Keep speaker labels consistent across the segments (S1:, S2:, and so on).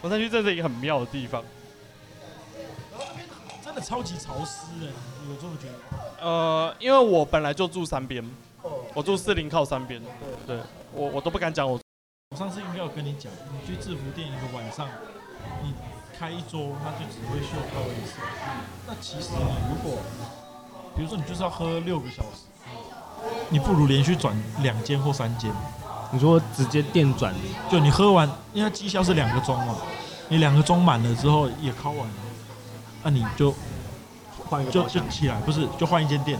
S1: 红山区真的是一个很妙的地方。
S2: 然后那边真的超级潮湿哎，你有这么觉得吗？
S1: 呃，因为我本来就住山边，
S2: 哦，
S1: 我住四零靠山边，对我我都不敢讲我
S2: 我上次应该有跟你讲，你去制服店一个晚上，你开一桌，他就只会秀咖位式。那其实你如果，比如说你就是要喝六个小时，你不如连续转两间或三间，
S3: 你说直接电转，
S2: 就你喝完，因为它绩效是两个钟嘛，你两个钟满了之后也敲完了，那你就
S3: 换一个
S2: 就
S3: 包
S2: 就
S3: 厢，
S2: 起来，不是就换一间店，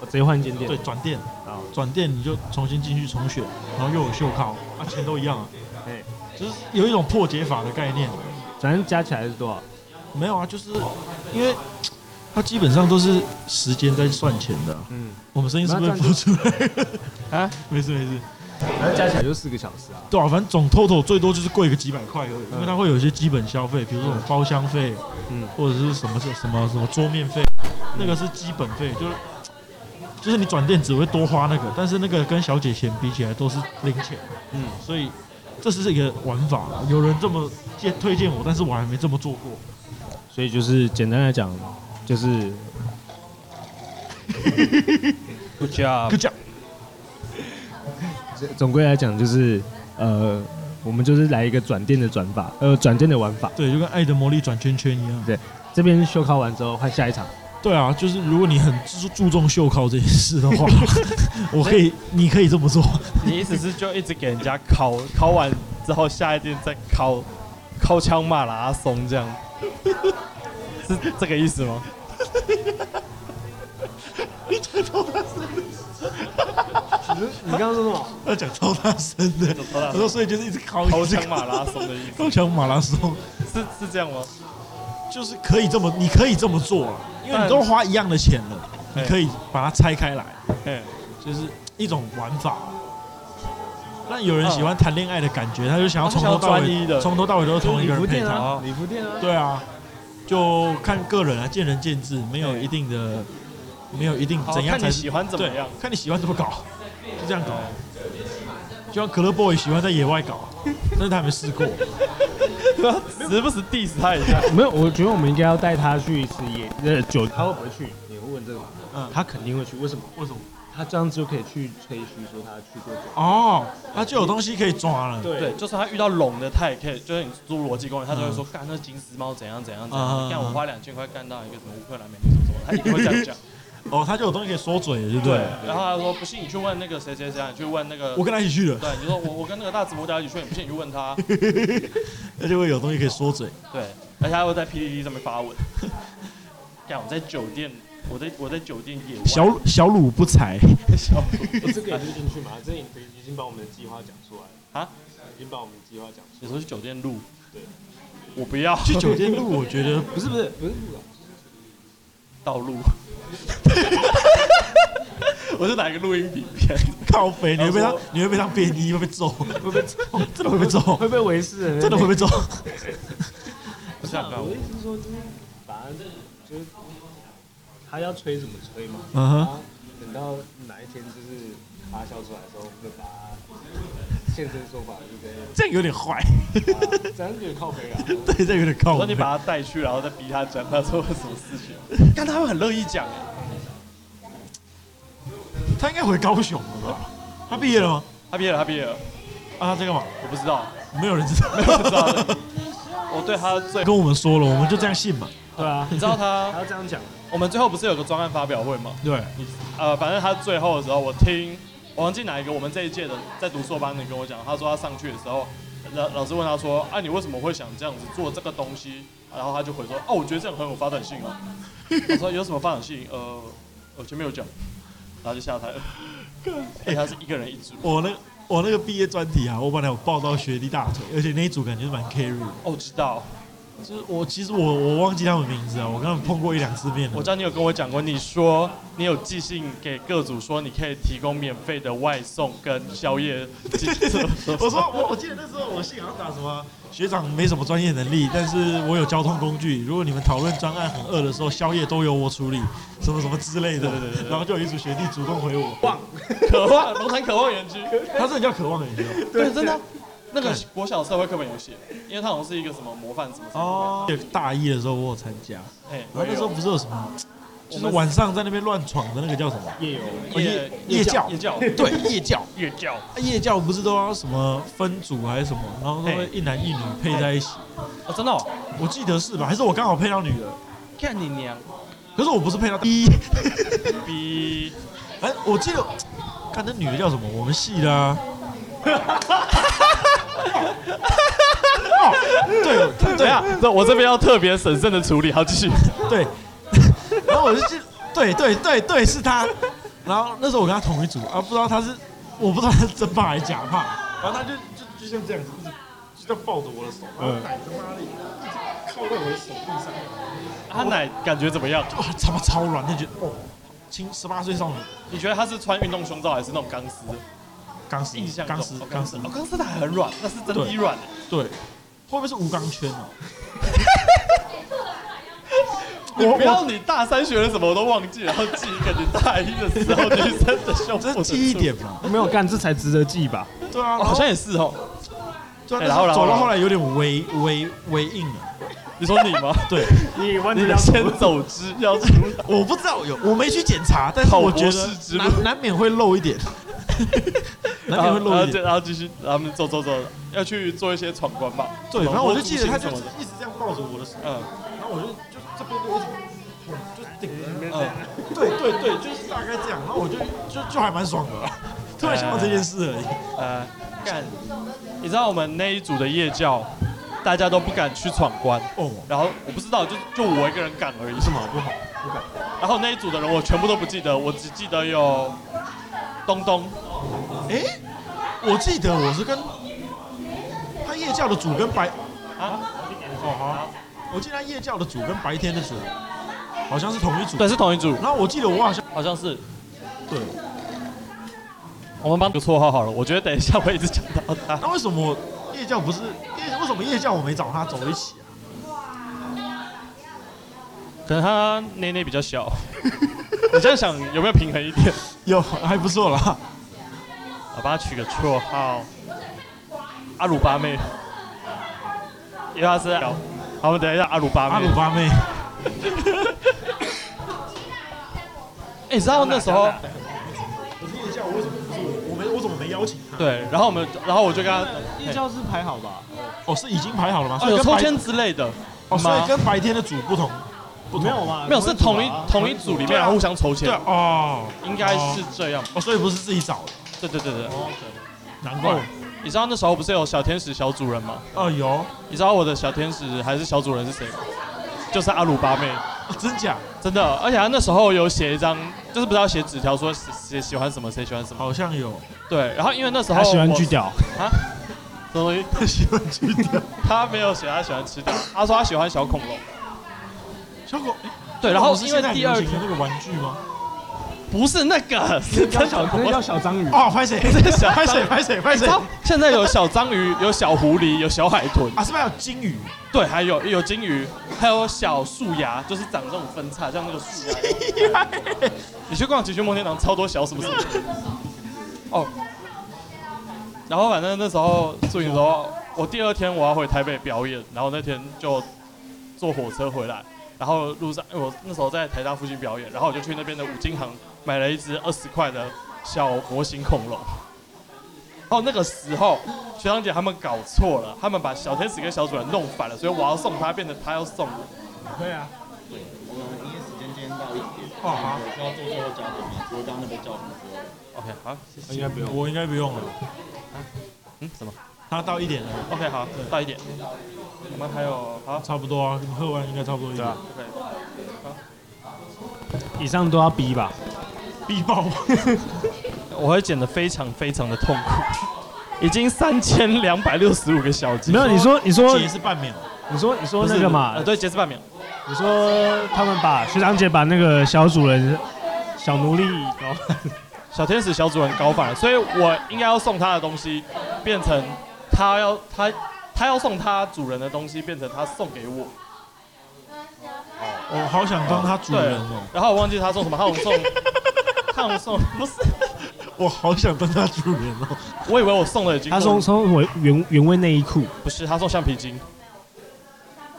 S3: 哦直接换间店。
S2: 对，转店。
S3: 啊，
S2: 转店你就重新进去重选，然后又有袖铐，啊，钱都一样啊，
S3: 哎，
S2: 就是有一种破解法的概念。
S3: 反正加起来是多少？
S2: 没有啊，就是因为它基本上都是时间在算钱的啊、
S3: 嗯，
S2: 我们声音是不是播出来？
S1: 啊，
S2: 没事没事，
S3: 反正加起来就四个小时啊。
S2: 对啊，反正总 total 最多就是贵个几百块而已，因为它会有一些基本消费，比如说包厢费，
S3: 嗯
S2: 或者是什么什么什么桌面费，那个是基本费，就是就是你转店只会多花那个，但是那个跟小姐钱比起来都是零钱，
S3: 嗯，
S2: 所以这是一个玩法，有人这么荐推荐我，但是我还没这么做过。
S3: 所以就是简单来讲，就是
S1: 不讲
S2: 就。这样，
S3: 总归来讲就是呃，我们就是来一个转店的转法，呃，转店的玩法。
S2: 对，就跟《爱的魔力》转圈圈一样。
S3: 这边修考完之后，换下一场。
S2: 对啊，就是如果你很注注重袖铐这件事的 话，我可以，你可以这么做。
S1: 你意思是就一直给人家敲，敲完之后下一店再敲，敲枪骂拉松这样， 是这个意思吗？
S3: 你刚刚说 什么？
S2: 他讲超大声的，他说所以就是一直敲
S1: 敲枪骂拉松的意
S2: 高墙马拉松，
S1: 思是是这样吗？
S2: 就是可以这么，你可以这么做了，因为你都花一样的钱了，你
S1: 哎
S2: 可以把它拆开来，
S1: 哎，
S2: 就是一种玩法。那有人喜欢谈恋爱的感觉，他就想要
S1: 他
S2: 从
S1: 想
S2: 头
S1: 要
S2: 到
S1: 专一
S2: 尾，
S1: 的
S2: 从头到尾都是同一个
S3: 礼
S2: 人
S3: 服
S2: 配
S3: 店
S2: 他。
S3: 啊，礼服店啊。
S2: 对啊，就看个人啊，见仁见智，没有一定的，没有一定
S1: 好
S2: 怎样
S1: 看
S2: 才
S1: 你
S2: 是
S1: 喜欢怎么样？
S2: 对看你喜欢怎么 搞，就这样搞。就像可乐 boy 喜欢在野外搞，但是他还没试 过。
S1: 时不时 diss 他一下，
S3: 没有，我觉得我们应该要带他去一次夜呃酒，他会不会去？你会问这个吗？
S2: 嗯
S3: 他肯定会去，为什么？
S2: 为什么？
S3: 他这样子就可以去吹嘘说他去过酒。
S2: 哦，他就有东西可以抓了。
S3: 对
S1: 对，就算他遇到龙的，他也可以，就是你侏罗纪公园，他就会说，干那金丝猫怎样怎样怎
S2: 嗯嗯嗯
S1: 样，干我花两千块干到一个什么乌克兰美女什么什么，他一定会这样讲。
S2: 哦，他就有东西可以说嘴了，对不对？
S1: 对，然后他说，不信你去问那个谁谁谁啊，你去问那个
S2: 我，跟他一起去的，
S1: 对，你就说我我跟那个大直播家一起去，你不信你去问他。
S2: 他就会有东西可以说嘴。
S1: 对，而且他会在 PDD 上面发文。 干，我在酒店，我在我在酒店野外
S2: 小小鲁不才，
S1: 小
S3: 我这个也录进去嘛？这已已经把我们的计划讲出来
S1: 啊，
S3: 已经把我们的计划讲出
S1: 有时候去酒店录，
S3: 对，
S1: 我不要
S2: 去酒店录，我觉得
S3: 来。不是不是不是录了，
S1: 道路， 我是拿一个录音笔片，
S2: 靠 北，你会被
S1: 他
S2: 他
S1: 说，
S2: 你会被他便衣，会被揍，
S3: 会被会
S2: 真的会被揍，
S3: 会被围视 的，
S2: 真 的会被揍。
S1: 不是啊
S3: 我的意思是说，就是把就是他要吹怎么吹嘛，
S2: 嗯哼。
S3: 啊，等到哪一天就是发酵出来的时候，会把它现身说法，对不对？
S2: 这样有点坏，
S3: 啊这样有点靠背啊。
S2: 对，这样有点靠
S1: 我
S2: 谱
S1: 说你把他带去，然后再逼他讲他做了什么事情，但他会很乐意讲欸，
S2: 哎他应该回高雄了吧？他毕业了吗？
S1: 他毕业了，他毕业了，
S2: 啊，他在干嘛？
S1: 我不知道，
S2: 没有人知道，没
S1: 我不知道，我对他最，
S2: 跟我们说了，我们就这样信嘛。
S3: 对啊，
S1: 你知道他，
S3: 还要这样讲，啊
S1: 我们最后不是有个专案发表会吗？
S2: 对，
S1: 你呃，反正他最后的时候，我听我忘记哪一个我们这一届的在读硕班的跟我讲，他说他上去的时候，老老师问他说，啊，你为什么会想这样子做这个东西？然后他就回说，哦，我觉得这样很有发展性哦。我说有什么发展性？呃，我前面有讲，然后就下台了。哎、他是一个人一组，
S2: 我那我那个毕业专题啊，我本来有报到学弟大腿，而且那一组感觉是蛮 carry 的。
S1: 哦，我知道，
S2: 就是我其实我我忘记他们名字啊，我跟他们碰过一两次面了。
S1: 我知道你有跟我讲过，你说你有寄信给各组说你可以提供免费的外送跟宵夜。
S2: 我说我我记得那时候我信好像打什么学长没什么专业能力，但是我有交通工具。如果你们讨论专案很饿的时候，宵夜都由我处理，什么什么之类的。
S1: 对对对对
S2: 然后就有一组学弟主动回我，
S1: 渴望龙潭渴望园区，
S2: 他真的叫渴望的，你知道吗？
S1: 对，真的。啊那个国小社会课本有写，因为它好像是一个什么模范什么什么。
S2: 哦，大一的时候我有参加，
S1: 哎、
S2: 然后那时候不是有什么，
S1: 我
S2: 就是
S1: 们
S2: 晚上在那边乱闯的那个叫什么？
S3: 夜游
S2: 哦夜夜教
S1: 夜教
S2: 对，夜教，
S1: 夜教，
S2: 啊夜教不是都要什么分组还是什么，然后都会
S1: 嘿
S2: 一男一女配在一起，
S1: 哦，真的、哦，
S2: 我记得是吧？还是我刚好配到女的？
S1: 看你娘
S2: 可是我不是配到一，
S1: 逼！
S2: 哎，我记得，看那女的叫什么？我们系的、啊。哦，对
S1: 对
S2: 对
S1: 啊
S2: 啊，，
S1: 那我这边要特别审慎的处理，好继续。
S2: 对，然后我就记，对对对对，是她。然后那时候我跟她同一组啊，不知道她是，我不知道她是真怕还是假怕。然后她就就就像这样子，一直就这样抱着我的手，然后奶他妈的一直靠在我的手臂上，
S1: 阿奶感觉怎么样？
S2: 哇，他妈啊超软，就觉得哦，亲十八岁少女，
S1: 你觉得她是穿运动胸罩还是那种钢丝？
S2: 钢丝
S1: 印象，中
S2: 钢丝
S1: 哦，
S2: 钢丝
S1: 哦，，钢丝奶很软，那是真的
S2: 对
S1: 一软的。欸
S2: 对，会不会是无钢圈啊？
S1: 你
S2: 我
S1: 不要你大三学了什么我都忘记，然后记一个你大一的时候女生的胸部的
S2: 这是
S1: 粗
S2: 记忆点嘛？
S4: 没有干，这才值得记吧？
S2: 对啊，
S1: 哦，
S2: 然
S1: 好
S2: 后
S1: 像也是哦。
S2: 对啊，
S1: 哎然后
S2: 但
S1: 然后
S2: 是走
S1: 然
S2: 到
S1: 后
S2: 后来有点微微微硬了。
S1: 你说你吗？
S2: 对，
S4: 你弯
S1: 你
S4: 着
S1: 的
S4: 腰
S1: 先走之要出
S2: 我不知道有，我没去检查，但是
S1: 考
S2: 我
S1: 博
S2: 觉
S1: 士之
S2: 得难难免会漏 一点，难
S1: 然
S2: 免会
S1: 后然
S2: 漏
S1: 后
S2: 一
S1: 就
S2: 点。
S1: 呃然后继续，然后他们走走走，要去做一些闯关吧。
S2: 对，然后我就记得他就
S1: 什
S2: 是
S1: 么的，
S2: 一直这样抱着我的手，
S1: 嗯
S2: 然后我就就这边就一直我就顶着那边。
S1: 嗯，
S2: 对对对，就是大概这样，然后我就就就还蛮爽的啦，突然想到这件事而已。
S1: 呃，干，你知道我们那一组的夜教，大家都不敢去闯关，
S2: 哦，
S1: 然后我不知道，就就我一个人敢而已。
S2: 什么不好？
S1: 然后那一组的人我全部都不记得，我只记得有东东，
S2: 哎，我记得我是跟他夜教的组跟白
S1: 哦好，
S2: 我记得他夜教的组跟白天的组好像是同一组。
S1: 对，是同一组，
S2: 然后我记得我好像
S1: 好像是。
S2: 对，
S1: 我们帮个绰号好了，我觉得等一下会一直讲到他。
S2: 那为什么夜教不是夜？为什么夜教我没找他走一起啊？
S1: 可能他内内比较小， 你这样想有没有平衡一点？
S2: 有还不错啦，
S1: 我帮他取个绰号，阿鲁巴妹，因为他是好，我们等一下阿鲁巴
S2: 阿
S1: 妹
S2: 鲁。巴妹，
S1: 哎、你知道那时候
S2: 我是夜教，我为什么不是我？我没我怎么没邀请他？
S1: 对，然后我们，然后我就跟他，
S4: 夜教是排好吧？
S2: 哦，是已经排好了吗？
S1: 哦
S2: 所以
S1: 有
S2: 跟
S1: 抽
S2: 白
S1: 签之类的
S2: 哦，所以
S1: 吗？
S2: 跟白天的组不同，不同
S4: 没有吗？
S1: 没有，是
S3: 啊
S1: 同一同一组里面，然后互相抽签
S2: 对，啊哦，
S1: 应该是这样。
S2: 哦，所以不是自己找
S1: 对
S2: 的，
S1: 对对对。
S2: 难
S1: 哦
S2: 怪，
S1: 你知道那时候不是有小天使小主人吗？
S2: 哦有，
S1: 你知道我的小天使还是小主人是谁吗？就是阿鲁巴妹，
S2: 哦真假？
S1: 真的。而且他那时候有写一张，就是不是要写纸条说谁谁喜欢什么，谁喜欢什么。
S2: 好像有，
S1: 对，然后因为那时候
S4: 他喜欢
S1: 哦我
S4: 锯屌，
S1: 什么东西，
S2: 喜欢去掉
S1: 他没有写他喜欢吃掉，他说他喜欢小恐龙。
S2: 小狗。哎
S1: 对，然后
S2: 不是
S1: 因为
S2: 现在
S1: 第二
S2: 流行的那个玩具吗？
S1: 不是那个， 是真小恐
S4: 那
S1: 龙
S4: 叫。小章鱼。
S2: 哦，拍 谁？
S1: 这是小
S2: 拍谁？拍谁？拍
S1: 你知
S2: 谁？
S1: 道现在有小章鱼，有小狐狸，有小海豚，
S2: 啊，是不是还有金 鱼？
S1: 对，还有有金鱼，还有小树芽，就是长这种分叉，像那个树芽。你去逛极区梦天堂，超多小什 么什么。哦，然后反正那时候住营的时候，我第二天我要回台北表演，然后那天就坐火车回来，然后路上因为我那时候在台大附近表演，然后我就去那边的五金行买了一只二十块的小模型恐龙。然后那个时候，学长姐他们搞错了，他们把小天使跟小主人弄反了，所以我要送他，变成他要送我。
S2: 对啊，
S5: 我们营业时间今天到一点，
S2: 哦好
S5: 有需要做最后交给你，不会刚刚那边叫什么说。
S1: OK，好，
S2: 应该不用，我应该不用了。
S1: 嗯，什么
S2: 他到一点了，
S1: ？OK，好，到一点。我们还有好，
S2: 差不多啊，你喝完应该差不多
S1: 对
S2: 一点
S1: 啊。，OK。
S4: 以上都要逼吧？
S2: 必 爆，
S1: 我会剪得非常非常的痛苦，已经三千两百六十五个小节。
S4: 没有，你说你说
S2: 姐是半秒，
S4: 你说你说
S1: 不是
S4: 那个嘛
S1: 呃，对，截止半秒。
S4: 你说他们把学长姐把那个小主人、小奴隶 搞
S1: 小天使小主人高反了，所以我应该要送他的东西变成他要他他要送他主人的东西变成他送给我。
S2: 我好想当他主
S1: 对
S2: 人哦，，
S1: 然后我忘记 他送什么，他有送，他有送不是
S2: 我好想当他主人哦。
S1: 我以为我送的已经够
S4: 他送送我原原味内衣裤，
S1: 不是，他送橡皮筋，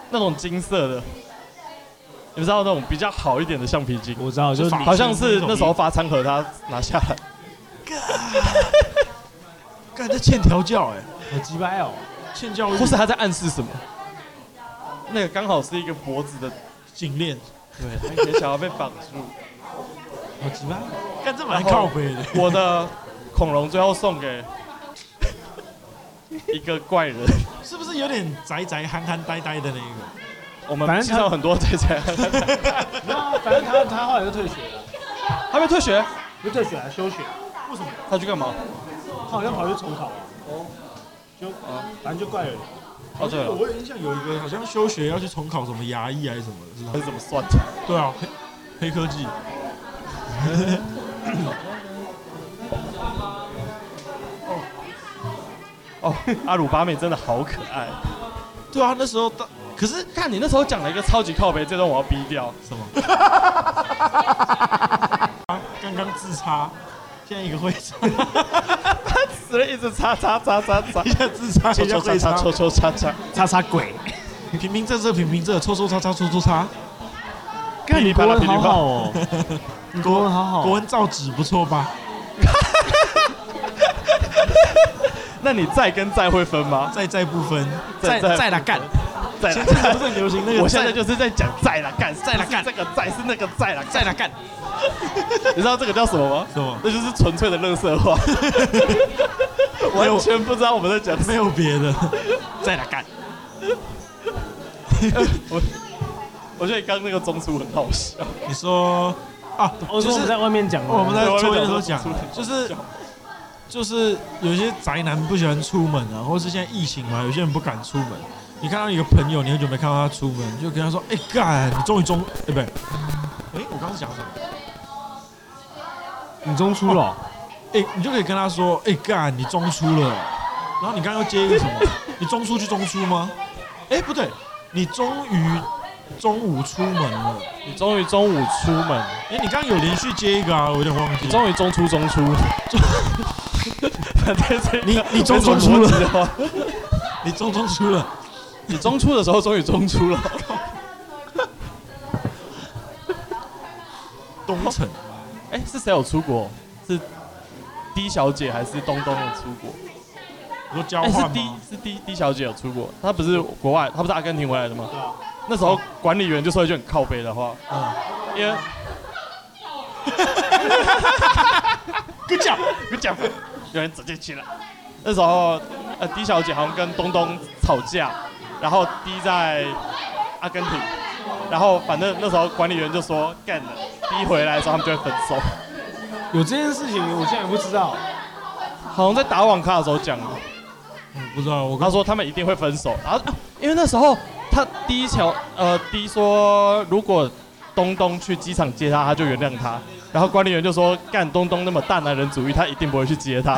S1: 那种金色的，你们知道那种比较好一点的橡皮筋，
S4: 我知道，就是是
S2: 法
S1: 好像是那时候发餐盒他拿下来，
S2: 干这欠调教哎、
S4: 好鸡掰哦，
S2: 欠教育
S1: 或是他在暗示什么？那个刚好是一个脖子的，
S2: 颈链，
S1: 对，他也想要被绑 住。
S4: 哦
S2: 好鸡巴，干这蛮
S1: 然后
S2: 靠背的。
S1: 我的恐龙最后送 给一个怪人，
S2: 是不是有点宅宅憨憨呆呆的那一个？
S1: 我们
S4: 反正
S1: 介
S4: 他
S1: 绍很多这些，
S4: 啊反正他他后来就退学了，
S1: 他被退学，
S4: 不退学了，休学，
S1: 他去干嘛？
S4: 他好像跑去重考了，哦就反正就怪人，
S1: 哦，对了，
S2: 我有印象有一个好像休学要去重考什么牙医还是什么的，是吧
S1: 他是怎么算的？
S2: 对啊，黑黑科技。
S1: 哦，阿鲁巴妹真的好可爱。
S2: 对啊，那时候当可是
S1: 看你那时候讲了一个超级靠北，这段我要逼掉。
S2: 什么？啊，刚刚自插，现在一个会插，
S1: 他 死了，一直擦擦擦擦擦
S2: 一，下自插，
S1: 抽
S2: 一下
S1: 抽
S2: 会
S1: 擦
S2: 插
S1: 擦，，抽抽擦擦，
S4: 叉叉鬼，
S2: 平平仄仄，平平仄，抽抽插插，抽抽插。
S4: 干你
S1: 噼
S4: 国
S1: 里啪啦
S4: 文好
S1: 噼里啪啦
S4: 好哦，你国文好好哦，
S2: 国文造纸不错吧？
S1: 那你在跟在会分吗？
S2: 在在不分，
S1: 在
S2: 在来干。
S1: 在
S2: 现
S1: 啦
S2: 在不是很流行那 个？
S1: 我现在就是在讲在啦干，
S2: 在啦干
S1: 不是这个在是那个在啦干。
S2: 在来干
S1: 你知道这个叫什么吗？
S2: 什么
S1: 那就是纯粹的乐色话， 完全不知道我们在讲什么。
S2: 没有别的，在来干。
S1: 我我觉得你刚刚那个中途很好笑，
S2: 你说啊，
S4: 我
S2: 就
S4: 说我们
S2: 是
S4: 在外面讲的，
S2: 我们在抽烟的时候讲啊
S1: 对我们，在
S2: 就是就是有些宅男不喜欢出门啊，或是现在疫情嘛，有些人不敢出门。你看到一个朋友，你很久没看到他出门，你就跟他说：“哎、干，你终于中，哎、不对，哎、我刚刚讲什么？
S4: 你中出了哦，
S2: 哎、你就可以跟他说：哎、干，你中出了。然后你刚刚又接一个什么？你中出去中出吗？哎、不对，你终于中午出门了。
S1: 你终于中午出门，
S2: 哎、你刚刚有连续接一个啊，我有点忘记。
S1: 于中出中出， 反正这个
S2: 你你中
S1: 没什么
S2: 中出了
S1: 逻辑的话
S2: 你中中出了。”
S1: 你中出的时候终于中出了，
S2: 东城，
S1: 哎、是谁有出国？是 D 小姐还是东东有出国？
S2: 我说交
S1: 哎、是
S2: 换
S1: D
S2: 吗？
S1: 是 D D 小姐有出国，她不是国外，她不是阿根廷回来的吗？对啊。嗯那时候管理员就说一句很靠背的话，因 为
S2: 跟讲，
S1: 我讲，有人直接起来。那时候呃 D 小姐好像跟东东吵架，然后 D 在阿根廷，然后反正那时候管理员就说干了，D 回来的时候他们就会分手，
S4: 有这件事情我竟然不知道，
S1: 好像在打网咖的时候讲的。
S2: 嗯不知道，我
S1: 他
S2: 刚
S1: 说他们一定会分手，然后、啊因为那时候他第一条呃第一说如果东东去机场接他，他就原谅他。然后管理员就说干东东那么大男人主义，他一定不会去接 他。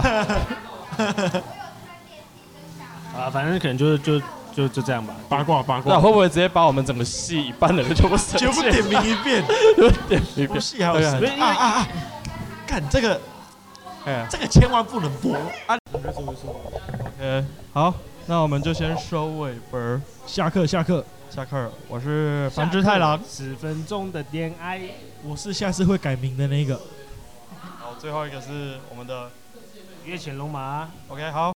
S4: 啊，反正可能就就就就这样吧，
S2: 八卦八
S1: 那
S2: 卦，
S1: 会不会直接把我们整个系一半的人全部省
S2: 全部点名一遍，
S1: 就点名
S2: 不是还
S4: 对
S2: 有谁
S4: 啊
S2: 啊啊啊！干这个
S1: 哎
S2: 这个千万不能播啊！
S1: ，OK，好，哎那我们就先收尾本
S2: 下课下课，
S1: 下课，我是繁殖太郎。
S4: 十分钟的恋爱，
S2: 我是下次会改名的那个。
S1: 好，最后一个是我们的
S4: 月潜龙马。
S1: OK，好。